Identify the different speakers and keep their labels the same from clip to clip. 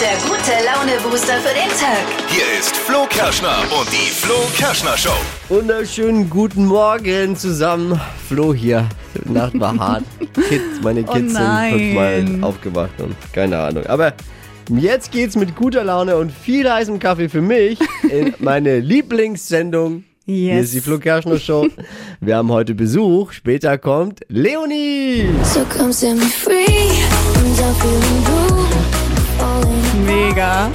Speaker 1: der gute Laune-Booster für den Tag.
Speaker 2: Hier ist Flo Kerschner und die Flo Kerschner Show.
Speaker 3: Wunderschönen guten Morgen zusammen. Flo hier. Die Nacht war hart. Kids, meine
Speaker 4: Oh
Speaker 3: Kids sind
Speaker 4: nein.
Speaker 3: fünfmal aufgewacht und keine Ahnung. Aber jetzt geht's mit guter Laune und viel heißem Kaffee für mich in meine Lieblingssendung. Hier
Speaker 4: Yes.
Speaker 3: ist die Flo Kerschner Show. Wir haben heute Besuch. Später kommt Leonie.
Speaker 5: So come set me free. I'm down feeling blue. Falling
Speaker 4: Mega.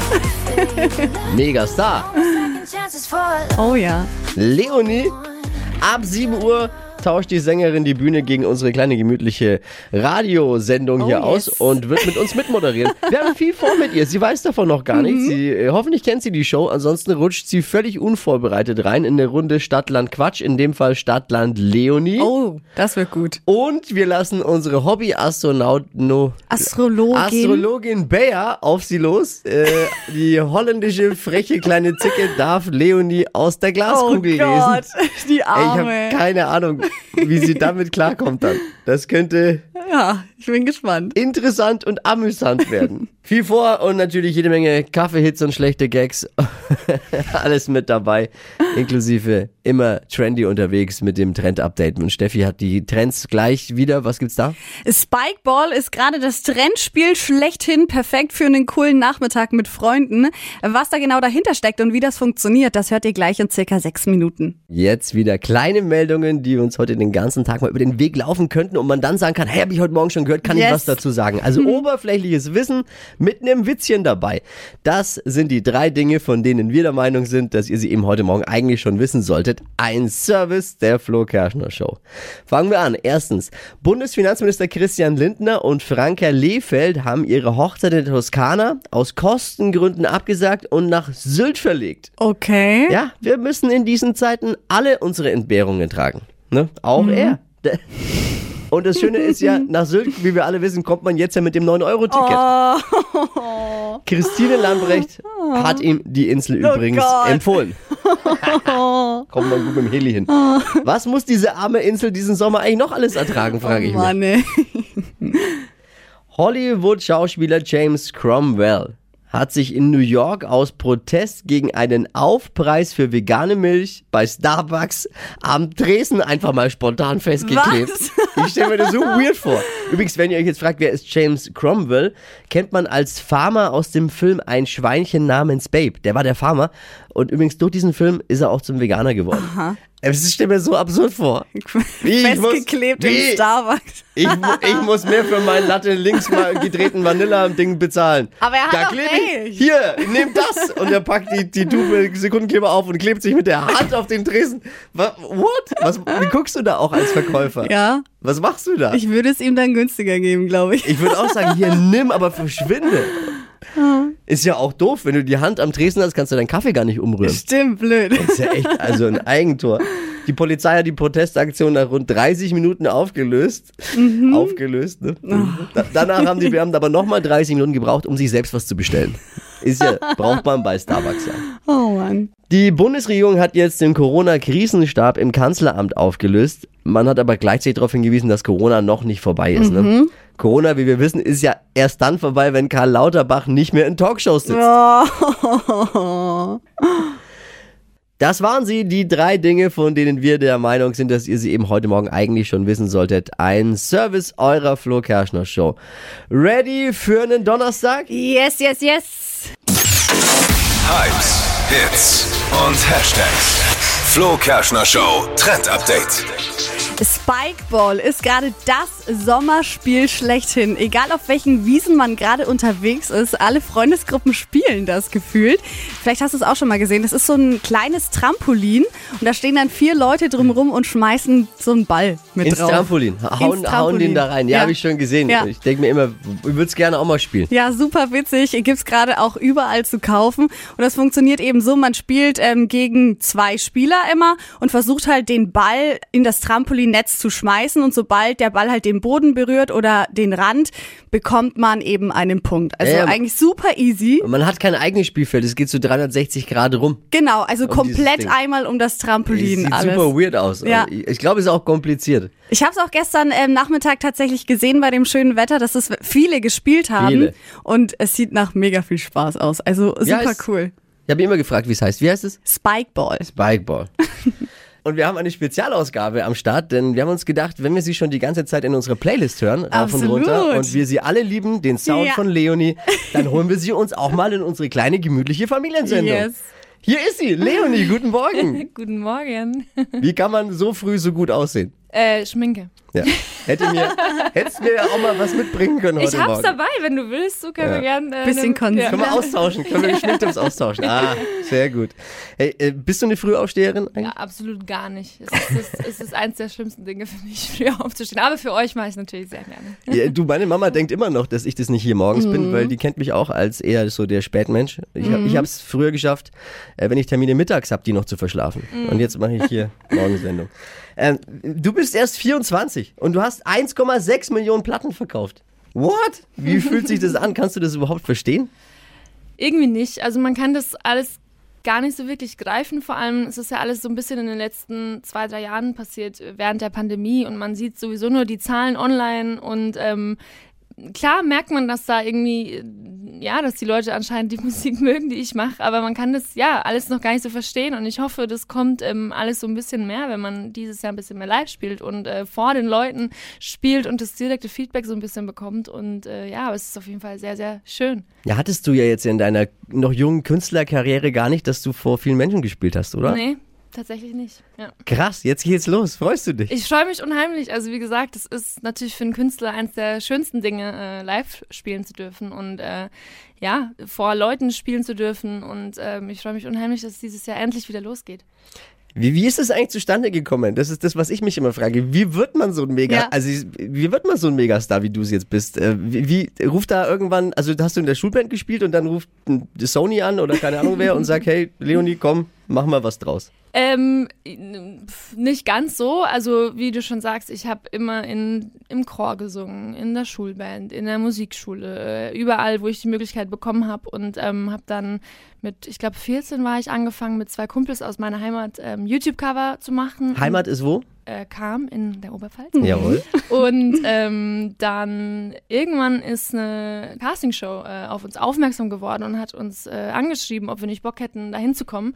Speaker 3: Megastar.
Speaker 5: in chances for a
Speaker 4: Oh ja.
Speaker 3: Leonie. Ab 7 Uhr tauscht die Sängerin die Bühne gegen unsere kleine gemütliche Radiosendung hier
Speaker 4: Oh, yes.
Speaker 3: aus und wird mit uns mitmoderieren. Wir haben viel vor mit ihr. Sie weiß davon noch gar
Speaker 4: Mhm.
Speaker 3: nichts. Sie, äh, hoffentlich kennt sie die Show. Ansonsten rutscht sie völlig unvorbereitet rein in eine Runde Stadtland-Quatsch. In dem Fall Stadtland Leonie.
Speaker 4: Oh, das wird gut.
Speaker 3: Und wir lassen unsere Hobby-Astronauten no,
Speaker 4: Astrologin.
Speaker 3: Astrologin Bea auf sie los. Äh, die holländische freche kleine Zicke darf Leonie aus der
Speaker 4: oh
Speaker 3: Glaskugel
Speaker 4: Gott,
Speaker 3: lesen.
Speaker 4: die
Speaker 3: Ey, ich
Speaker 4: Arme.
Speaker 3: habe keine Ahnung, wie sie damit klarkommt dann. Das könnte
Speaker 4: ja, ich bin gespannt.
Speaker 3: interessant und amüsant werden. Viel vor und natürlich jede Menge Kaffeehits und schlechte Gags. Alles mit dabei, inklusive immer trendy unterwegs mit dem Trend-Update. Und Steffi hat die Trends gleich wieder. Was gibt's da?
Speaker 4: Spikeball ist gerade das Trendspiel schlechthin, perfekt für einen coolen Nachmittag mit Freunden. Was da genau dahinter steckt und wie das funktioniert, das hört ihr gleich in circa sechs Minuten.
Speaker 3: Jetzt wieder kleine Meldungen, die uns heute den ganzen Tag mal über den Weg laufen könnten und man dann sagen kann, hey, habe ich heute Morgen schon gehört, kann ich
Speaker 4: Yes.
Speaker 3: was dazu sagen. Also oberflächliches Wissen mit einem Witzchen dabei. Das sind die drei Dinge, von denen wir der Meinung sind, dass ihr sie eben heute Morgen eigentlich schon wissen solltet. Ein Service der Flo Kerschner Show. Fangen wir an. Erstens, Bundesfinanzminister Christian Lindner und Franka Lehfeld haben ihre Hochzeit in der Toskana aus Kostengründen abgesagt und nach Sylt verlegt.
Speaker 4: Okay.
Speaker 3: Ja, wir müssen in diesen Zeiten alle unsere Entbehrungen tragen. Ne? Auch
Speaker 4: Mhm.
Speaker 3: er. D- Und das Schöne ist ja, nach Sylt, wie wir alle wissen, kommt man jetzt ja mit dem 9-Euro-Ticket. Christine Lambrecht hat ihm die Insel
Speaker 4: Ah. Oh
Speaker 3: übrigens
Speaker 4: Gott.
Speaker 3: empfohlen. kommt man gut mit dem Heli hin. Was muss diese arme Insel diesen Sommer eigentlich noch alles ertragen, frage ich mich.
Speaker 4: Mann, ey.
Speaker 3: Hollywood-Schauspieler James Cromwell hat sich in New York aus Protest gegen einen Aufpreis für vegane Milch bei Starbucks am Tresen einfach mal spontan festgeklebt. Ich stelle mir das so weird vor. Übrigens, wenn ihr euch jetzt fragt, wer ist James Cromwell, kennt man als Farmer aus dem Film Ein Schweinchen namens Babe. Der war der Farmer. Und übrigens, durch diesen Film ist er auch zum Veganer geworden. Es stelle mir so absurd vor. Wie, ich muss-
Speaker 4: Festgeklebt
Speaker 3: Wie?
Speaker 4: im Starbucks.
Speaker 3: Ich, mu- ich muss mehr für meinen Latte links mal gedrehten Vanilla-Ding bezahlen.
Speaker 4: Aber er hat
Speaker 3: da
Speaker 4: doch
Speaker 3: kleb ich,
Speaker 4: recht.
Speaker 3: Hier, nimm das. Und er packt die, die Tube Sekundenkleber auf und klebt sich mit der Hand auf den Tresen. Wa- What? Was, wie guckst du da auch als Verkäufer?
Speaker 4: Ja,
Speaker 3: Was machst du da?
Speaker 4: ich würde es ihm dann günstiger geben, glaube ich.
Speaker 3: Ich würde auch sagen, hier nimm, aber verschwinde. Ist ja auch doof, wenn du die Hand am Tresen hast, kannst du deinen Kaffee gar nicht umrühren.
Speaker 4: Stimmt, blöd.
Speaker 3: Das ist ja echt, also ein Eigentor. Die Polizei hat die Protestaktion nach rund 30 Minuten aufgelöst. Aufgelöst, ne? Da, danach haben die Beamten aber nochmal 30 Minuten gebraucht, um sich selbst was zu bestellen. Ist ja, braucht man bei Starbucks ja.
Speaker 4: Oh Mann.
Speaker 3: Die Bundesregierung hat jetzt den Corona-Krisenstab im Kanzleramt aufgelöst. Man hat aber gleichzeitig darauf hingewiesen, dass Corona noch nicht vorbei ist. Ne? Corona, wie wir wissen, ist ja erst dann vorbei, wenn Karl Lauterbach nicht mehr in Talkshows sitzt. Das waren sie, die drei Dinge, von denen wir der Meinung sind, dass ihr sie eben heute Morgen eigentlich schon wissen solltet. Ein Service eurer Flo Kerschner Show. Ready für einen Donnerstag?
Speaker 4: Yes, yes, yes.
Speaker 2: Hypes, Hits und Hashtags. Flo Kerschner Show Trend Update.
Speaker 4: Spikeball ist gerade das Sommerspiel schlechthin. Egal auf welchen Wiesen man gerade unterwegs ist, alle Freundesgruppen spielen das gefühlt. Vielleicht hast du es auch schon mal gesehen. Das ist so ein kleines Trampolin und da stehen dann vier Leute drumrum und schmeißen so einen Ball mit
Speaker 3: Ins
Speaker 4: drauf.
Speaker 3: Trampolin. Hauen,
Speaker 4: Ins
Speaker 3: hauen den
Speaker 4: Trampolin.
Speaker 3: da rein. Ja,
Speaker 4: Ja.
Speaker 3: habe ich schon gesehen.
Speaker 4: Ja.
Speaker 3: Ich denke mir immer, ich würde es gerne auch mal spielen.
Speaker 4: Ja, super witzig. Gibt's gerade auch überall zu kaufen. Und das funktioniert eben so, man spielt ähm, gegen zwei Spieler immer und versucht halt den Ball in das Trampolin Netz zu schmeißen und sobald der Ball halt den Boden berührt oder den Rand, bekommt man eben einen Punkt. Also
Speaker 3: Ja, Um ja.
Speaker 4: eigentlich super easy.
Speaker 3: Und man hat kein eigenes Spielfeld, es geht so 360 Grad rum.
Speaker 4: Genau, also
Speaker 3: um dieses
Speaker 4: komplett
Speaker 3: Ding.
Speaker 4: einmal um das Trampolin
Speaker 3: sieht
Speaker 4: alles.
Speaker 3: super weird aus.
Speaker 4: Ja.
Speaker 3: Ich, ich glaube, es ist auch kompliziert.
Speaker 4: Ich habe es auch gestern ähm, Nachmittag tatsächlich gesehen bei dem schönen Wetter, dass es viele gespielt haben
Speaker 3: Viele.
Speaker 4: und es sieht nach mega viel Spaß aus. Also super
Speaker 3: Ja, ist-
Speaker 4: cool.
Speaker 3: Ich habe immer gefragt, wie es heißt. Wie heißt es?
Speaker 4: Spikeball.
Speaker 3: Spikeball. Und wir haben eine Spezialausgabe am Start, denn wir haben uns gedacht, wenn wir sie schon die ganze Zeit in unserer Playlist hören, rauf und
Speaker 4: Absolut.
Speaker 3: runter, und wir sie alle lieben, den Sound
Speaker 4: Ja.
Speaker 3: von Leonie, dann holen wir sie uns auch mal in unsere kleine gemütliche Familiensendung.
Speaker 4: Yes.
Speaker 3: Hier ist sie, Leonie, guten Morgen.
Speaker 6: Guten Morgen.
Speaker 3: Wie kann man so früh so gut aussehen?
Speaker 6: Äh, Schminke.
Speaker 3: Ja. Hätte mir, hättest mir ja auch mal was mitbringen können heute
Speaker 6: Ich hab's
Speaker 3: Morgen.
Speaker 6: dabei, wenn du willst, so können
Speaker 3: Ja.
Speaker 6: wir gerne. Äh,
Speaker 4: Bisschen
Speaker 6: ne-
Speaker 4: Konsum.
Speaker 3: Können wir austauschen, können wir geschminkt uns austauschen. Ah, sehr gut. Hey, äh, bist du eine Frühaufsteherin eigentlich?
Speaker 6: Ja, absolut gar nicht. Es ist, es ist eins der schlimmsten Dinge für mich, früher aufzustehen. Aber für euch mache ich natürlich sehr gerne.
Speaker 3: Ja, du, meine Mama denkt immer noch, dass ich das nicht hier morgens bin, weil die kennt mich auch als eher so der Spätmensch. Ich, hab, ich habe es früher geschafft, äh, wenn ich Termine mittags habe, die noch zu verschlafen. Und jetzt mache ich hier Morgensendung. Ähm, du bist erst 24 und du hast 1,6 Millionen Platten verkauft. What? Wie fühlt sich das an? Kannst du das überhaupt verstehen?
Speaker 6: Irgendwie nicht. Also man kann das alles gar nicht so wirklich greifen. Vor allem es ist ja alles so ein bisschen in den letzten zwei, drei Jahren passiert äh, während der Pandemie und man sieht sowieso nur die Zahlen online und ähm, klar merkt man, dass da irgendwie, äh, ja, dass die Leute anscheinend die Musik mögen, die ich mache, aber man kann das ja alles noch gar nicht so verstehen und ich hoffe, das kommt ähm, alles so ein bisschen mehr, wenn man dieses Jahr ein bisschen mehr live spielt und äh, vor den Leuten spielt und das direkte Feedback so ein bisschen bekommt und äh, ja, aber es ist auf jeden Fall sehr, sehr schön.
Speaker 3: Ja, hattest du ja jetzt in deiner noch jungen Künstlerkarriere gar nicht, dass du vor vielen Menschen gespielt hast, oder?
Speaker 6: Nee, tatsächlich nicht. Ja.
Speaker 3: Krass, jetzt geht's los. Freust du dich?
Speaker 6: Ich freue mich unheimlich. Also wie gesagt, es ist natürlich für einen Künstler eines der schönsten Dinge, äh, live spielen zu dürfen und äh, ja, vor Leuten spielen zu dürfen. Und ähm, ich freue mich unheimlich, dass dieses Jahr endlich wieder losgeht.
Speaker 3: Wie, wie ist das eigentlich zustande gekommen? Das ist das, was ich mich immer frage. Wie wird man so ein Mega,
Speaker 4: Ja.
Speaker 3: also wie wird man so ein Megastar, wie du es jetzt bist? Äh, Wie, wie ruft da irgendwann, also hast du in der Schulband gespielt und dann ruft ein Sony an oder keine Ahnung wer und sagt, hey Leonie, komm, mach mal was draus.
Speaker 6: Ähm, pf, nicht ganz so. Also, wie du schon sagst, ich habe immer in, im Chor gesungen, in der Schulband, in der Musikschule, äh, überall, wo ich die Möglichkeit bekommen habe. Und ähm, habe dann mit, ich glaube, 14 war ich angefangen, mit zwei Kumpels aus meiner Heimat ähm, YouTube-Cover zu machen.
Speaker 3: Heimat ist wo?
Speaker 6: Äh, kam in der Oberpfalz.
Speaker 3: Jawohl.
Speaker 6: Und ähm, dann irgendwann ist eine Castingshow äh, auf uns aufmerksam geworden und hat uns äh, angeschrieben, ob wir nicht Bock hätten, da hinzukommen.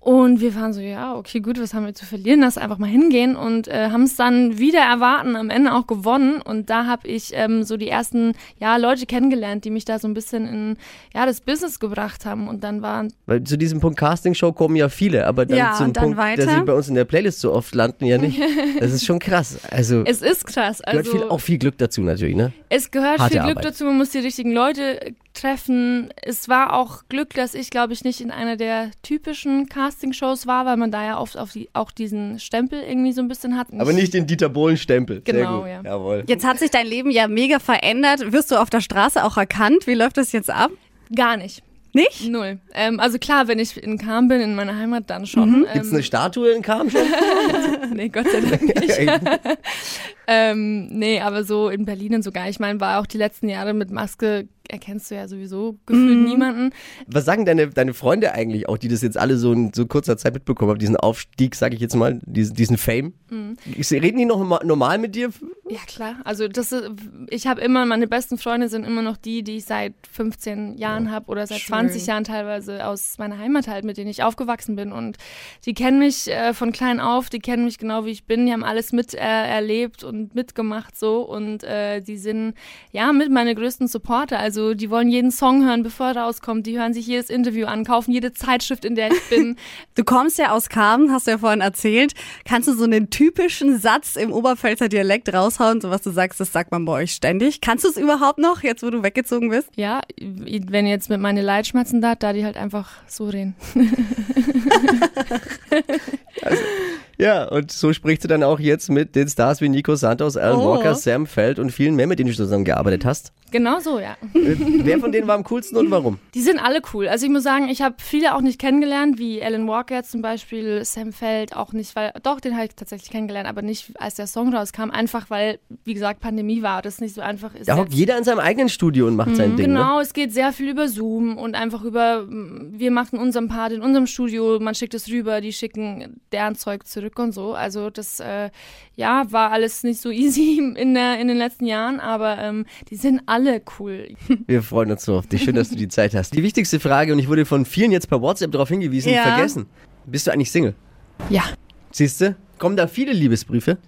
Speaker 6: Und wir waren so, ja, okay, gut, was haben wir zu verlieren? Lass einfach mal hingehen und äh, haben es dann wieder erwarten, am Ende auch gewonnen. Und da habe ich ähm, so die ersten ja, Leute kennengelernt, die mich da so ein bisschen in ja, das Business gebracht haben. Und dann waren
Speaker 3: Weil zu diesem Punkt Castingshow kommen ja viele, aber dann
Speaker 4: Ja,
Speaker 3: zum
Speaker 4: und dann
Speaker 3: Punkt, dass
Speaker 4: weiter.
Speaker 3: sie bei uns in der Playlist so oft landen, ja nicht. Das ist schon krass. Also
Speaker 6: es ist krass.
Speaker 3: gehört
Speaker 6: Also,
Speaker 3: viel, auch viel Glück dazu natürlich, ne?
Speaker 6: Es gehört
Speaker 3: Harte
Speaker 6: viel Glück
Speaker 3: Arbeit.
Speaker 6: dazu, man muss die richtigen Leute äh, treffen. Es war auch Glück, dass ich, glaube ich, nicht in einer der typischen Castingshows war, weil man da ja oft auf die, auch diesen Stempel irgendwie so ein bisschen hat. Und
Speaker 3: Aber
Speaker 6: ich-
Speaker 3: nicht den Dieter Bohlen-Stempel.
Speaker 6: Genau,
Speaker 3: Sehr
Speaker 6: ja.
Speaker 3: gut. Jawohl.
Speaker 4: Jetzt hat sich dein Leben ja mega verändert. Wirst du auf der Straße auch erkannt? Wie läuft das jetzt ab?
Speaker 6: Gar nicht.
Speaker 4: Nicht?
Speaker 6: Null. Ähm, also klar, wenn ich in Kam bin, in meiner Heimat, dann schon.
Speaker 3: Mhm. Gibt's eine Statue in Karm schon?
Speaker 6: Ähm, nee, Gott sei Dank nicht. Ähm, nee, aber so in Berlin und sogar. Ich meine, war auch die letzten Jahre mit Maske, erkennst du ja sowieso
Speaker 3: Mhm.
Speaker 6: gefühlt niemanden.
Speaker 3: Was sagen deine, deine Freunde eigentlich auch, die das jetzt alle so in so kurzer Zeit mitbekommen haben, diesen Aufstieg, sage ich jetzt mal, diesen, diesen Fame?
Speaker 6: Mhm.
Speaker 3: Ich- Reden die noch ma- normal mit dir?
Speaker 6: Ja, klar. Also das ist, ich habe immer, meine besten Freunde sind immer noch die, die ich seit 15 Jahren habe oder seit 20 Jahren teilweise aus meiner Heimat halt, mit denen ich aufgewachsen bin. Und die kennen mich äh, von klein auf, die kennen mich genau wie ich bin, die haben alles mit äh, erlebt und mitgemacht so. Und äh, die sind ja mit meine größten Supporter. Also die wollen jeden Song hören, bevor er rauskommt. Die hören sich jedes Interview an, kaufen jede Zeitschrift, in der ich bin.
Speaker 4: Du kommst ja aus Kamen, hast du ja vorhin erzählt. Kannst du so einen typischen Satz im Oberpfälzer Dialekt raushauen, so was du sagst, das sagt man bei euch ständig. Kannst du es überhaupt noch, jetzt wo du weggezogen bist?
Speaker 6: ja, wenn ihr jetzt mit meine Leitschmerzen da, da die halt einfach so reden.
Speaker 3: Ja, und so spricht sie dann auch jetzt mit den Stars wie Nico Santos, Alan
Speaker 6: Oh.
Speaker 3: Walker, Sam Feld und vielen mehr, mit denen du zusammengearbeitet hast.
Speaker 6: Genau so, ja.
Speaker 3: Wer von denen war am coolsten und warum?
Speaker 6: Die sind alle cool. Also ich muss sagen, ich habe viele auch nicht kennengelernt, wie Alan Walker zum Beispiel, Sam Feld auch nicht, weil doch, den habe ich tatsächlich kennengelernt, aber nicht als der Song rauskam, einfach weil, wie gesagt, Pandemie war, das nicht so einfach ist.
Speaker 3: Da
Speaker 6: jetzt.
Speaker 3: hockt jeder in seinem eigenen Studio und macht sein Ding. Ne?
Speaker 6: Genau, es geht sehr viel über Zoom und einfach über, mm, wir machen unseren Part in unserem Studio, man schickt es rüber, die schicken deren Zeug zurück und so. Also das, äh, ja, war alles nicht so easy in, der, in den letzten Jahren, aber ähm, die sind alle cool.
Speaker 3: Wir freuen uns so auf dich. Schön, dass du die Zeit hast. Die wichtigste Frage, und ich wurde von vielen jetzt per WhatsApp darauf hingewiesen,
Speaker 4: Ja.
Speaker 3: vergessen. Bist du eigentlich Single?
Speaker 6: Ja.
Speaker 3: Siehst du? Kommen da viele Liebesbriefe?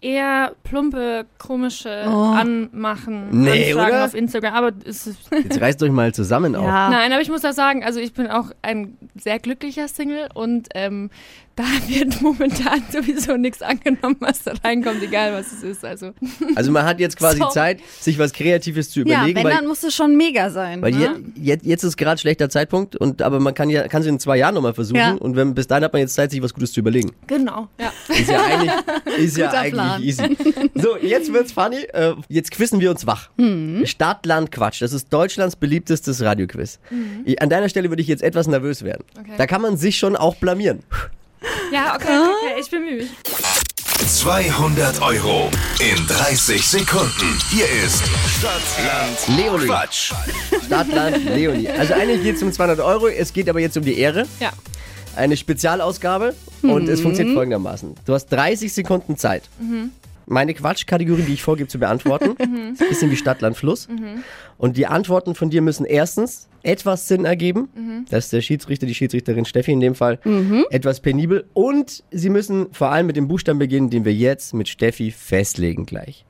Speaker 6: Eher plumpe, komische Anmachen,
Speaker 3: Oh. Nee,
Speaker 6: Anfragen
Speaker 3: oder? Ah.
Speaker 6: auf Instagram, aber es ist...
Speaker 3: Jetzt reißt euch mal zusammen auf.
Speaker 4: Ja.
Speaker 6: Nein, aber ich muss auch sagen, also ich bin auch ein sehr glücklicher Single und ähm, da wird momentan sowieso nichts angenommen, was da reinkommt, egal was es ist. Also
Speaker 3: Also man hat jetzt quasi
Speaker 6: So.
Speaker 3: Zeit, sich was Kreatives zu
Speaker 4: Ja,
Speaker 3: überlegen,
Speaker 4: wenn, dann
Speaker 3: weil,
Speaker 4: muss es schon mega sein.
Speaker 3: weil
Speaker 4: ne?
Speaker 3: je, je, jetzt ist gerade schlechter Zeitpunkt, und aber man kann ja kann sie in zwei Jahren nochmal versuchen
Speaker 4: Ja.
Speaker 3: und wenn, bis dahin hat man jetzt Zeit, sich was Gutes zu überlegen.
Speaker 6: genau, ja.
Speaker 3: Ist ja eigentlich, ist ja
Speaker 4: Guter
Speaker 3: eigentlich
Speaker 4: Plan.
Speaker 3: easy. So, jetzt wird's funny. Äh, jetzt quissen wir uns wach.
Speaker 4: Mhm.
Speaker 3: Stadt, Land, Quatsch. Das ist Deutschlands beliebtestes Radioquiz.
Speaker 4: Mhm.
Speaker 3: Ich- An deiner Stelle würde ich jetzt etwas nervös werden.
Speaker 6: Okay.
Speaker 3: Da kann man sich schon auch blamieren.
Speaker 6: Ja, okay, okay, okay ich bin müde.
Speaker 2: 200 Euro in 30 Sekunden. Hier ist Stadtland
Speaker 3: Leonie.
Speaker 2: Quatsch.
Speaker 3: Stadt, Land, Leonie. Also eigentlich geht's um 200 Euro. Es geht aber jetzt um die Ehre.
Speaker 6: Ja.
Speaker 3: Eine Spezialausgabe. Und es funktioniert folgendermaßen. Du hast 30 Sekunden Zeit. Meine Quatschkategorien, die ich vorgebe, zu beantworten. Ist ein bisschen wie Stadt, Land, Fluss. Und die Antworten von dir müssen erstens etwas Sinn ergeben, dass der Schiedsrichter, die Schiedsrichterin Steffi in dem Fall, etwas penibel und sie müssen vor allem mit dem Buchstaben beginnen, den wir jetzt mit Steffi festlegen gleich.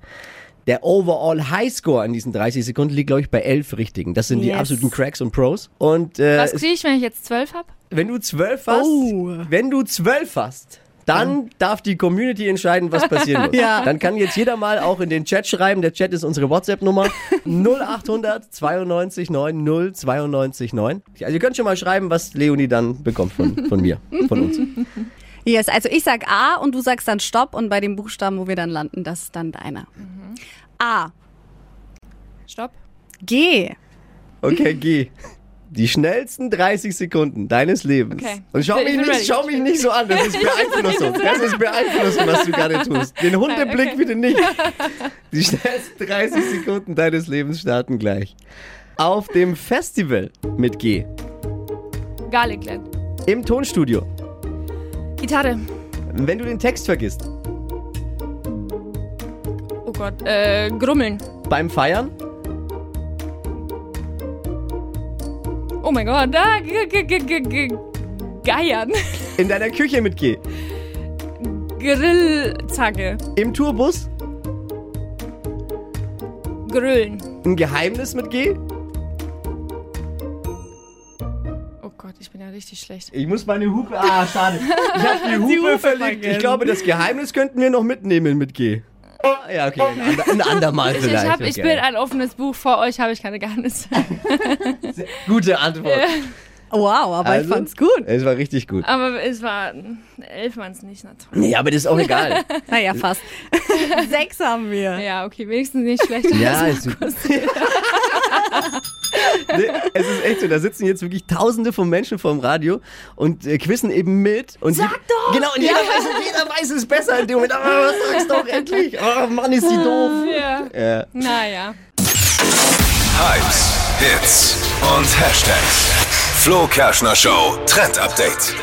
Speaker 3: Der Overall Highscore in diesen 30 Sekunden liegt, glaube ich, bei elf Richtigen. Das sind die
Speaker 4: Yes.
Speaker 3: absoluten Cracks und Pros. Und äh,
Speaker 6: Was
Speaker 3: es-
Speaker 6: kriege ich, wenn ich jetzt zwölf habe?
Speaker 3: wenn du zwölf hast,
Speaker 4: Oh.
Speaker 3: wenn du zwölf hast, dann darf die Community entscheiden, was passieren muss.
Speaker 4: Ja.
Speaker 3: Dann kann jetzt jeder mal auch in den Chat schreiben. Der Chat ist unsere WhatsApp-Nummer 0800 92 9 0 92 9. Also ihr könnt schon mal schreiben, was Leonie dann bekommt von, von mir, von uns.
Speaker 4: Yes, also ich sag A und du sagst dann Stopp und bei dem Buchstaben, wo wir dann landen, das ist dann deiner.
Speaker 3: Mhm.
Speaker 4: A.
Speaker 6: Stopp.
Speaker 4: G.
Speaker 3: Okay, geh. Die schnellsten 30 Sekunden deines Lebens.
Speaker 6: Okay.
Speaker 3: Und schau
Speaker 6: Ich
Speaker 3: mich,
Speaker 6: bin ready.
Speaker 3: nicht, schau mich nicht so an, das ist Beeinflussung. Das ist Beeinflussung, was du gerade tust. Den Hundeblick bitte nicht. Die schnellsten 30 Sekunden deines Lebens starten gleich. Auf dem Festival mit G.
Speaker 6: Garlicland.
Speaker 3: Im Tonstudio.
Speaker 6: Gitarre.
Speaker 3: Wenn du den Text vergisst.
Speaker 6: Oh Gott. Äh, Grummeln.
Speaker 3: Beim Feiern.
Speaker 6: Oh mein Gott. Da, ge, ge, ge, ge, ge, geiern.
Speaker 3: In deiner Küche mit G.
Speaker 6: Grillzange.
Speaker 3: Im Tourbus.
Speaker 6: Grillen.
Speaker 3: Ein Geheimnis mit G.
Speaker 6: Oh Gott, ich bin ja richtig schlecht.
Speaker 3: Ich muss meine Hupe. Ah, schade. Ich habe die Hupe, verlegt. Ich glaube, das Geheimnis könnten wir noch mitnehmen mit G. Oh, ja, okay. Ein, ander, ein andermal
Speaker 6: Ich, ich,
Speaker 3: vielleicht.
Speaker 6: hab, ich
Speaker 3: okay.
Speaker 6: bin ein offenes Buch, vor euch habe ich keine Geheimnisse.
Speaker 3: Gute Antwort.
Speaker 4: Wow, aber ich
Speaker 3: Also?
Speaker 4: fand's gut.
Speaker 3: Es war richtig gut.
Speaker 6: Aber es war elf waren es nicht, na toll.
Speaker 3: Nee, aber das ist auch egal.
Speaker 4: Naja, fast. Sechs haben wir.
Speaker 6: Ja, okay, wenigstens nicht schlecht.
Speaker 3: ja, es, nee, es ist echt so. Da sitzen jetzt wirklich Tausende von Menschen vorm Radio und äh, quissen eben mit. Und Sag doch! Genau, und jeder, weiß, jeder weiß es besser in dem Moment. Ah, was sagst du doch endlich? Oh, Mann, ist die doof.
Speaker 6: Ja.
Speaker 3: Ja.
Speaker 6: Naja.
Speaker 2: Hypes, Hits und Hashtags. Flo Kerschner Show Trend Update.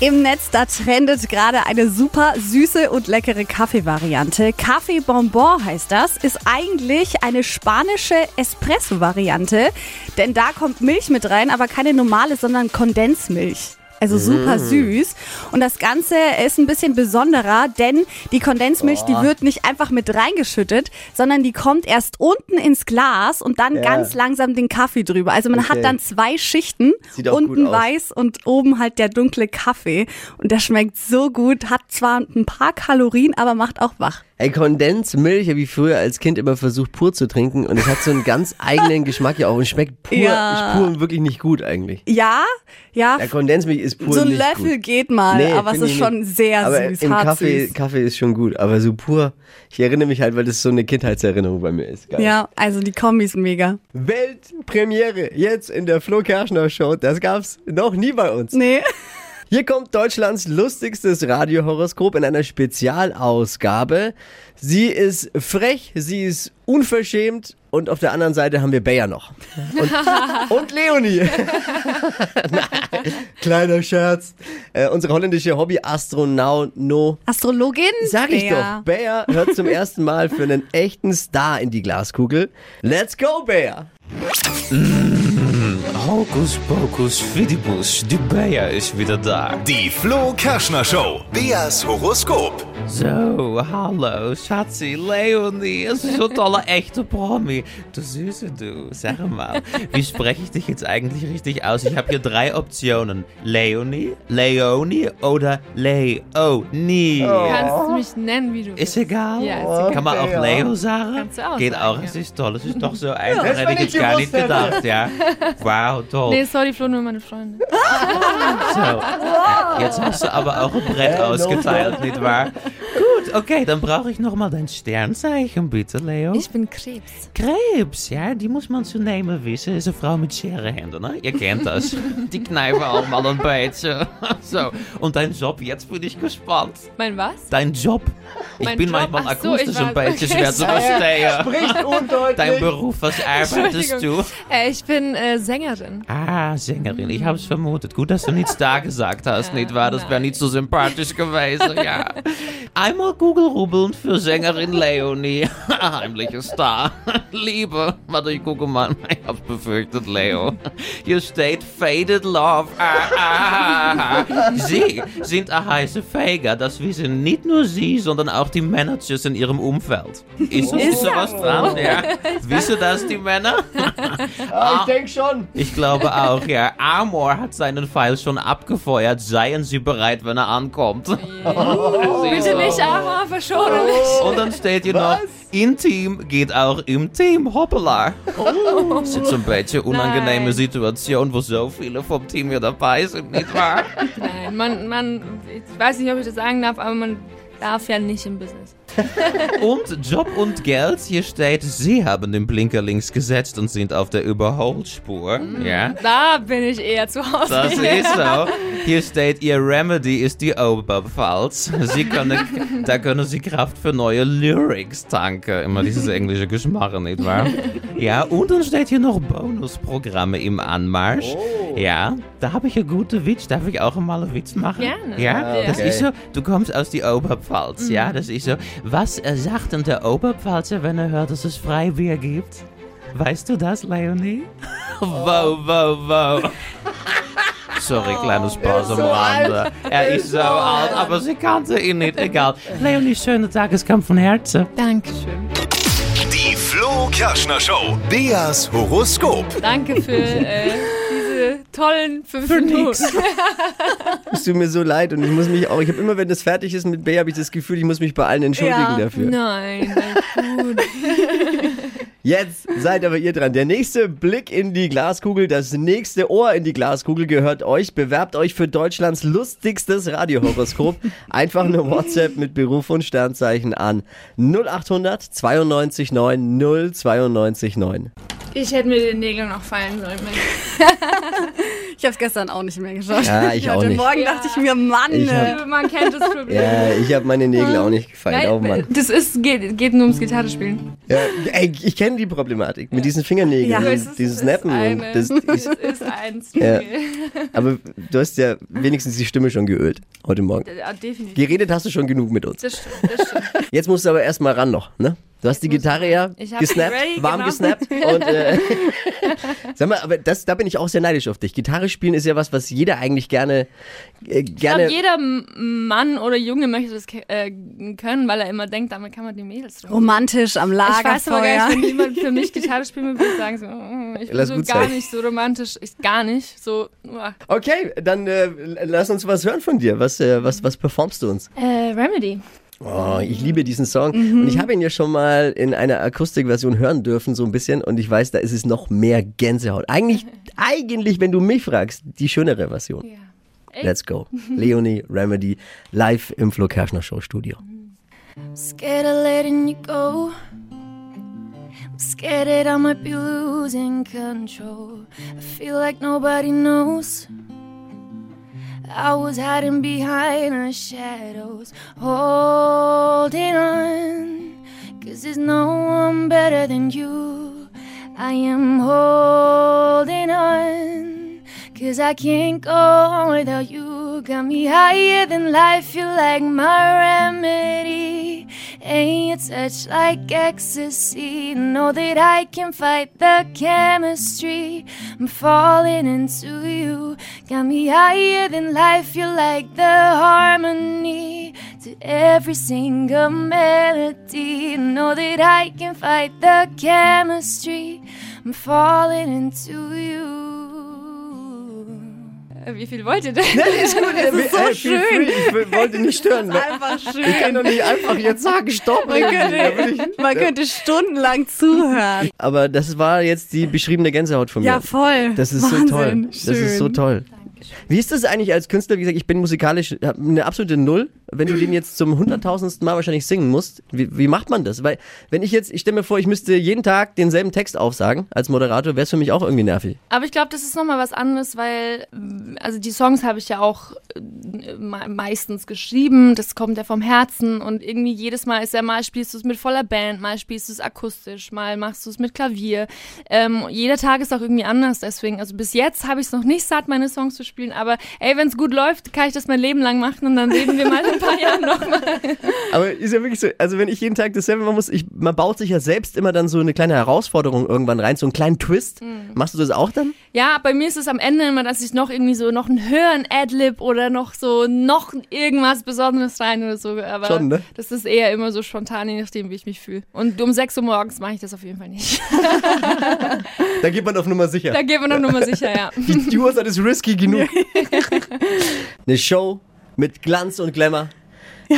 Speaker 4: Im Netz, da trendet gerade eine super süße und leckere Kaffeevariante. Kaffee Bonbon heißt das, ist eigentlich eine spanische Espresso-Variante, denn da kommt Milch mit rein, aber keine normale, sondern Kondensmilch. Also super
Speaker 3: Mm.
Speaker 4: süß. Und das Ganze ist ein bisschen besonderer, denn die Kondensmilch, die wird nicht einfach mit reingeschüttet, sondern die kommt erst unten ins Glas und dann
Speaker 3: Ja.
Speaker 4: ganz langsam den Kaffee drüber. Also man
Speaker 3: Okay.
Speaker 4: hat dann zwei Schichten.
Speaker 3: Sieht auch
Speaker 4: unten
Speaker 3: gut aus.
Speaker 4: weiß Eis und oben halt der dunkle Kaffee. Und der schmeckt so gut, hat zwar ein paar Kalorien, aber macht auch wach.
Speaker 3: Ey, Kondensmilch habe ich früher als Kind immer versucht pur zu trinken und es hat so einen ganz eigenen Geschmack ja auch und schmeckt pur,
Speaker 4: Ja.
Speaker 3: ist pur wirklich nicht gut eigentlich.
Speaker 4: Ja, ja.
Speaker 3: Ja, Kondensmilch ist pur
Speaker 4: so ein
Speaker 3: nicht gut.
Speaker 4: Löffel geht mal,
Speaker 3: Nee,
Speaker 4: aber es
Speaker 3: finde
Speaker 4: ist
Speaker 3: ich
Speaker 4: schon
Speaker 3: nicht.
Speaker 4: sehr
Speaker 3: aber
Speaker 4: süß,
Speaker 3: Im
Speaker 4: hart
Speaker 3: Kaffee,
Speaker 4: süß.
Speaker 3: Kaffee ist schon gut, aber so pur. Ich erinnere mich halt, weil das so eine Kindheitserinnerung bei mir ist. Geil.
Speaker 4: Ja, also die Kombi ist mega.
Speaker 3: Weltpremiere jetzt in der Flo Kerschner Show. Das gab's noch nie bei uns.
Speaker 4: Nee.
Speaker 3: Hier kommt Deutschlands lustigstes Radiohoroskop in einer Spezialausgabe. Sie ist frech, sie ist unverschämt und auf der anderen Seite haben wir Bayer noch. Und, und Leonie. Nein, Kleiner Scherz. Äh, unsere holländische Hobby-Astronaut No
Speaker 4: Astrologin?
Speaker 3: Sag ich
Speaker 4: Bea.
Speaker 3: doch, Bayer hört zum ersten Mal für einen echten Star in die Glaskugel. Let's go, Bayer!
Speaker 7: Hocus pocus fidibus, die Bayer ist wieder da.
Speaker 2: Die Flo Kerschner Show. Beas Horoskop.
Speaker 7: Zo, hallo, Schatzi, Leonie, es ist so toller echte Promi. Du Süße, du, sag mal, wie spreche ich dich jetzt eigentlich richtig aus? Ich habe hier drei Optionen. Leonie, Leonie oder Leonie.
Speaker 6: Du kannst mich nennen, wie du willst.
Speaker 7: Ist egal.
Speaker 6: Oh. Ja, ist egal.
Speaker 7: Kann man auch Leo sagen?
Speaker 6: Kannst du auch
Speaker 7: Geht
Speaker 6: sagen,
Speaker 7: auch,
Speaker 6: ja.
Speaker 7: es ist toll. Es ist doch so einfach,
Speaker 3: das,
Speaker 7: hätte
Speaker 3: wenn
Speaker 7: ich
Speaker 3: ich
Speaker 7: jetzt gar nicht
Speaker 3: gewusst
Speaker 7: gedacht, ja. Wow, toll.
Speaker 6: Nee, sorry, Flo, nur meine Freundin.
Speaker 7: So. Jetzt hast du aber auch ein Brett ausgeteilt, nicht wahr? Gut, okay, dann brauche ich nochmal dein Sternzeichen, bitte, Leo.
Speaker 6: Ich bin Krebs.
Speaker 7: Krebs, ja, die muss man zu nehmen wissen. Ist eine Frau mit scheren Händen, ne? Ihr kennt das. Die kneifen allemaal ein beetje. So, und dein Job, jetzt bin ich gespannt.
Speaker 6: Mein was?
Speaker 7: Dein Job. Ich
Speaker 6: Mein
Speaker 7: bin
Speaker 6: Job?
Speaker 7: manchmal
Speaker 6: Ach so, ich
Speaker 7: akustisch ein
Speaker 6: weiß.
Speaker 7: beetje
Speaker 6: Okay,
Speaker 7: schwer zu verstehen.
Speaker 3: Spricht
Speaker 7: Dein
Speaker 3: undeutlich!
Speaker 7: Beruf, was arbeitest du?
Speaker 6: Entschuldigung. Äh, ich bin äh, Sängerin.
Speaker 7: Ah, Sängerin, ich hab's vermutet. Gut, dass du nichts da gesagt hast, nicht wahr? Das wäre nicht so sympathisch gewesen, ja. Einmal Google rubbeln für Sängerin Leonie. Heimliche Star. Liebe. Warte, ich gucke mal. Ich hab's befürchtet, Leo. Hier steht Faded Love. Ah, ah, ah. Sie sind ein heiße Fager. Das wissen nicht nur sie, sondern auch die Managers in ihrem Umfeld. Ist da sowas dran? Ja. Wissen das die Männer?
Speaker 3: Ah, ich denk schon!
Speaker 7: Ich glaube auch, ja. Amor hat seinen Pfeil schon abgefeuert. Seien Sie bereit, wenn er ankommt. Oh.
Speaker 6: Bitte nicht, Ara, verschone mich.
Speaker 7: Und dann steht hier noch, intim geht auch im Team. Hoppala. Oh. Das ist jetzt ein bisschen unangenehme
Speaker 6: Nein.
Speaker 7: Situation, wo so viele vom Team hier dabei sind, nicht wahr?
Speaker 6: Nein, man, man, ich weiß nicht, ob ich das sagen darf, aber man darf ja nicht im Business.
Speaker 7: Und Job und Geld, hier steht, Sie haben den Blinker links gesetzt und sind auf der Überholspur. Ja.
Speaker 6: Da bin ich eher zu Hause.
Speaker 7: Das ist so. Hier steht, ihr Remedy ist die Oberpfalz. Sie können, da können sie Kraft für neue Lyrics tanken. Immer dieses englische Geschmack, nicht wahr? Ja, und dann steht hier noch Bonusprogramme im Anmarsch. Ja, da habe ich einen guten Witz. Darf ich auch mal einen Witz machen?
Speaker 6: Gerne.
Speaker 7: Ja, Mhm.
Speaker 6: Ja.
Speaker 7: das
Speaker 3: Okay.
Speaker 7: ist so. Du kommst aus die Oberpfalz, ja? Das ist so. Was äh, sagt denn der Oberpfalzer, wenn er hört, dass es Freibier gibt? Weißt du das, Leonie? Wow, wow, wow. Sorry, kleines Paus am Rande. Er ist so alt, aber sie kannte ihn nicht. Egal. Leonie, schöne Tageskampf von Herzen.
Speaker 6: Dankeschön.
Speaker 2: Die Flo Kerschner Show. Beas Horoskop.
Speaker 6: Danke für äh, diese tollen fünf Minuten.
Speaker 3: Es tut mir so leid und ich muss mich auch, ich habe immer, wenn das fertig ist mit Bayer, habe ich das Gefühl, ich muss mich bei allen entschuldigen
Speaker 4: Ja.
Speaker 3: dafür.
Speaker 6: ne. Nein, na gut.
Speaker 3: Jetzt seid aber ihr dran. Der nächste Blick in die Glaskugel, das nächste Ohr in die Glaskugel gehört euch. Bewerbt euch für Deutschlands lustigstes Radiohoroskop. Einfach eine WhatsApp mit Beruf und Sternzeichen an 0800 92 9 092 9.
Speaker 6: Ich hätte mir den Nägel noch fallen sollen. Mensch.
Speaker 4: Ich habe es gestern auch nicht mehr geschafft.
Speaker 3: Ja, ich auch
Speaker 4: Heute
Speaker 3: nicht.
Speaker 4: Morgen dachte ich mir, Mann,
Speaker 3: Ich hab-
Speaker 4: äh,
Speaker 6: Liebe, Man kennt das Problem.
Speaker 3: Ja, ich habe meine Nägel auch nicht gefallen. oh Mann.
Speaker 6: Das ist, geht, geht nur ums Gitarrespielen.
Speaker 3: Ja, ey, ich kenne die Problematik mit diesen Fingernägeln,
Speaker 4: Ja.
Speaker 3: und
Speaker 6: Das ist-
Speaker 3: dieses
Speaker 6: ist
Speaker 3: Snappen. und
Speaker 6: eine-
Speaker 3: das,
Speaker 6: Das
Speaker 3: ich,
Speaker 6: ist ein Stil.
Speaker 3: aber du hast ja wenigstens die Stimme schon geölt heute Morgen.
Speaker 6: Ja, definitiv.
Speaker 3: Geredet hast du schon genug mit uns.
Speaker 6: Das stimmt, das stimmt.
Speaker 3: Jetzt musst du aber erstmal ran noch, ne? Du hast die Gitarre ja
Speaker 6: Ich hab
Speaker 3: gesnappt,
Speaker 6: sie ready,
Speaker 3: warm
Speaker 6: genau.
Speaker 3: gesnappt und äh, sag mal, aber das, da bin ich auch sehr neidisch auf dich. Gitarre spielen ist ja was, was jeder eigentlich gerne äh,
Speaker 6: Ich
Speaker 3: gerne
Speaker 6: glaube, jeder M- Mann oder Junge möchte das ke- äh, können, weil er immer denkt, damit kann man die Mädels drum.
Speaker 4: romantisch am
Speaker 6: ich weiß aber
Speaker 4: Um
Speaker 6: gar
Speaker 4: Lagerfeuer.
Speaker 6: nicht, wenn jemand für mich Gitarre spielen will, würde ich sagen, so, mm, ich bin
Speaker 3: Lass
Speaker 6: so
Speaker 3: gut
Speaker 6: gar
Speaker 3: sein.
Speaker 6: nicht so romantisch. Ich, gar nicht. So, oh. uah.
Speaker 3: Okay, dann äh, lass uns was hören von dir. Was äh, was was performst du uns?
Speaker 6: äh, Remedy.
Speaker 3: Oh, ich liebe diesen Song. Und ich habe ihn ja schon mal in einer Akustikversion hören dürfen, so ein bisschen. Und ich weiß, da ist es noch mehr Gänsehaut. Eigentlich, eigentlich, wenn du mich fragst, die schönere Version.
Speaker 6: Ja.
Speaker 3: Let's go. Leonie Remedy live im Flo Kerschner Show Studio.
Speaker 5: Scared of letting you go. I'm scared that I might be losing control. I feel like nobody knows. I was hiding behind the shadows, holding on. Cause there's no one better than you. I am holding on. Cause I can't go on without you. Got me higher than life, you're like my remedy. And your touch like ecstasy. Know that I can fight the chemistry. I'm falling into you. Got me higher than life, you're like the harmony to every single melody. Know that I can fight the chemistry. I'm falling into you.
Speaker 6: Äh, Wie viel wollt ihr denn?
Speaker 3: Das ist so schön. Ich wollte nicht stören.
Speaker 4: Einfach
Speaker 3: Ich kann
Speaker 4: schön.
Speaker 3: doch nicht einfach jetzt sagen, stopp.
Speaker 4: Man könnte, man könnte stundenlang zuhören.
Speaker 3: Aber das war jetzt die beschriebene Gänsehaut von mir.
Speaker 4: Ja, voll.
Speaker 3: Das ist
Speaker 4: Wahnsinn.
Speaker 3: so toll.
Speaker 4: Schön.
Speaker 3: Das ist so toll. Wie ist das eigentlich als Künstler? Wie gesagt, ich bin musikalisch hab eine absolute Null. Wenn du den jetzt zum hunderttausendsten Mal wahrscheinlich singen musst, wie, wie macht man das? Weil, wenn ich jetzt, ich stelle mir vor, ich müsste jeden Tag denselben Text aufsagen als Moderator, wäre es für mich auch irgendwie nervig.
Speaker 6: Aber ich glaube, das ist nochmal was anderes, weil, ähm, also die Songs habe ich ja auch äh, me- meistens geschrieben, das kommt ja vom Herzen und irgendwie jedes Mal ist ja, mal spielst du es mit voller Band, mal spielst du es akustisch, mal machst du es mit Klavier. Ähm, jeder Tag ist auch irgendwie anders, deswegen, also bis jetzt habe ich es noch nicht satt, meine Songs zu spielen, aber ey, wenn es gut läuft, kann ich das mein Leben lang machen und dann leben wir mal in ein paar Jahren nochmal.
Speaker 3: Aber ist ja wirklich so, also wenn ich jeden Tag dasselbe machen muss, ich, man baut sich ja selbst immer dann so eine kleine Herausforderung irgendwann rein, so einen kleinen Twist. Machst du das auch dann?
Speaker 6: Ja, bei mir ist es am Ende immer, dass ich noch irgendwie so noch einen höheren Adlib oder noch so noch irgendwas Besonderes rein oder so. Aber
Speaker 3: Schon, ne?
Speaker 6: das ist eher immer so spontan, je nachdem, wie ich mich fühle. Und um 6 Uhr morgens mache ich das auf jeden Fall nicht.
Speaker 3: Da geht man auf Nummer sicher.
Speaker 6: da gehen wir noch mal sicher, ja.
Speaker 3: Die, die Uhrzeit ist risky genug. Eine Show mit Glanz und Glamour.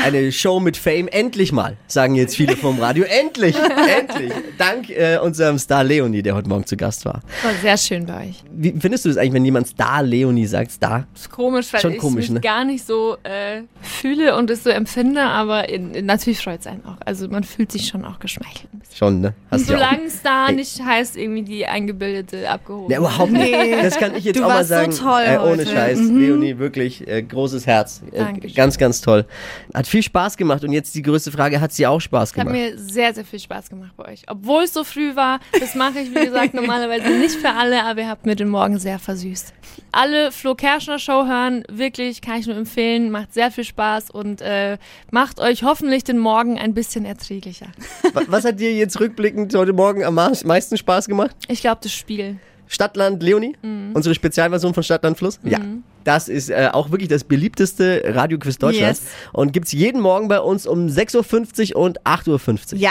Speaker 3: Eine Show mit Fame. Endlich mal, sagen jetzt viele vom Radio. Endlich, endlich. Dank äh, unserem Star Leonie, der heute Morgen zu Gast war.
Speaker 6: War sehr schön bei euch.
Speaker 3: Wie findest du das eigentlich, wenn jemand Star Leonie sagt? Star?
Speaker 6: Ist komisch, weil
Speaker 3: Schon
Speaker 6: ich
Speaker 3: komisch,
Speaker 6: mich
Speaker 3: ne?
Speaker 6: gar nicht so äh, fühle und es so empfinde, aber in, in, natürlich freut es einen auch. Also man fühlt sich schon auch geschmeichelt.
Speaker 3: Schon, ne? Hast du ja auch-
Speaker 6: Solange es da
Speaker 3: Ey.
Speaker 6: nicht heißt, irgendwie die eingebildete abgehoben.
Speaker 3: Ja, überhaupt nicht. Das kann ich jetzt
Speaker 4: Du
Speaker 3: auch mal
Speaker 4: warst so
Speaker 3: sagen.
Speaker 4: toll
Speaker 3: äh, ohne
Speaker 4: heute. Mhm.
Speaker 3: Scheiß. Leonie, wirklich äh, großes Herz. Äh,
Speaker 6: Dankeschön.
Speaker 3: ganz, ganz toll. Hat viel Spaß gemacht. Und jetzt die größte Frage, hat sie auch Spaß
Speaker 6: Es hat
Speaker 3: gemacht?
Speaker 6: mir sehr, sehr viel Spaß gemacht bei euch. Obwohl es so früh war, das mache ich, wie gesagt, normalerweise nicht für alle, aber ihr habt mir den Morgen sehr versüßt. Alle Flo Kerschner Show hören, wirklich, kann ich nur empfehlen, macht sehr viel Spaß und äh, macht euch hoffentlich den Morgen ein bisschen erträglicher.
Speaker 3: Wa- Was hat dir jetzt rückblickend heute Morgen am ma- meisten Spaß gemacht?
Speaker 6: Ich glaube, das Spiel.
Speaker 3: Stadtland Leonie, unsere Spezialversion von Stadtland Fluss. Ja. Das ist äh, auch wirklich das beliebteste Radioquiz Deutschlands
Speaker 4: Yes.
Speaker 3: und gibt's jeden Morgen bei uns um 6.50 Uhr und 8.50 Uhr.
Speaker 4: Ja.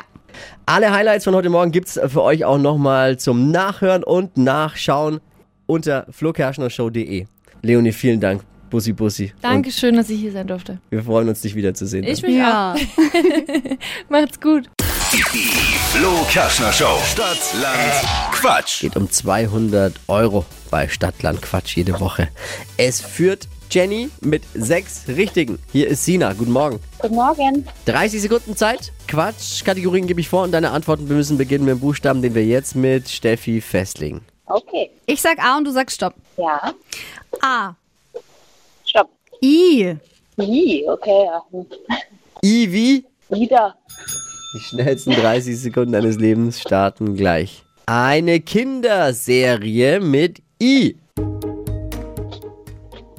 Speaker 3: Alle Highlights von heute Morgen gibt's für euch auch nochmal zum Nachhören und Nachschauen unter flokerschnershow.de. Leonie, vielen Dank. Bussi, Bussi.
Speaker 6: Dankeschön, dass ich hier sein durfte.
Speaker 3: Und wir freuen uns, dich wiederzusehen.
Speaker 6: Ich mich
Speaker 4: Ja.
Speaker 6: auch. Macht's gut.
Speaker 2: Die Flo Kerschner Show. Stadt, Land, Quatsch.
Speaker 3: geht um 200 Euro bei Stadtland Quatsch jede Woche. Es führt Jenny mit sechs Richtigen. Hier ist Sina. Guten Morgen.
Speaker 8: Guten Morgen.
Speaker 3: 30 Sekunden Zeit. Quatsch. Kategorien gebe ich vor und deine Antworten wir müssen beginnen mit dem Buchstaben, den wir jetzt mit Steffi festlegen.
Speaker 8: Okay.
Speaker 4: Ich sag A und du sagst Stopp.
Speaker 8: Ja.
Speaker 4: A.
Speaker 8: Stopp.
Speaker 4: I.
Speaker 8: I. Okay. Ja. Hm.
Speaker 3: I wie?
Speaker 8: Wieder.
Speaker 3: Die schnellsten 30 Sekunden deines Lebens starten gleich. Eine Kinderserie mit I.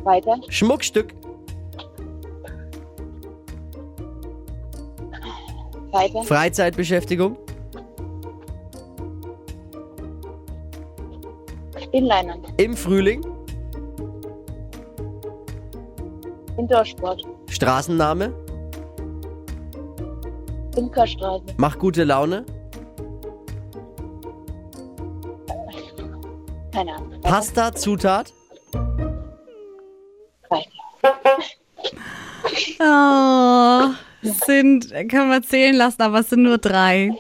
Speaker 8: Weiter.
Speaker 3: Schmuckstück.
Speaker 8: Weiter.
Speaker 3: Freizeitbeschäftigung.
Speaker 8: Inlinern.
Speaker 3: Im Frühling.
Speaker 8: Indoorsport.
Speaker 3: Straßenname.
Speaker 8: Imkerstraße.
Speaker 3: Mach gute Laune.
Speaker 8: Keine Ahnung. Weiter.
Speaker 3: Pasta Zutat.
Speaker 8: Weiter.
Speaker 4: Oh. sind, kann man zählen lassen, aber es sind nur drei.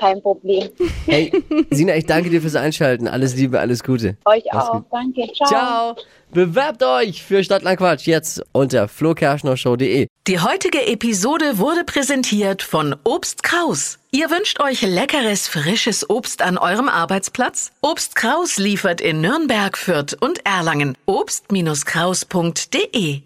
Speaker 8: Kein Problem.
Speaker 3: Hey, Sina, ich danke dir fürs Einschalten. Alles Liebe, alles Gute.
Speaker 8: Euch
Speaker 3: Mach's
Speaker 8: auch.
Speaker 3: gut.
Speaker 8: Danke. Ciao.
Speaker 3: Ciao. Bewerbt euch für Stadtlandquatsch jetzt unter flokerschnershow.de.
Speaker 9: Die heutige Episode wurde präsentiert von Obst Kraus. Ihr wünscht euch leckeres, frisches Obst an eurem Arbeitsplatz? Obst Kraus liefert in Nürnberg, Fürth und Erlangen. Obst-Kraus.de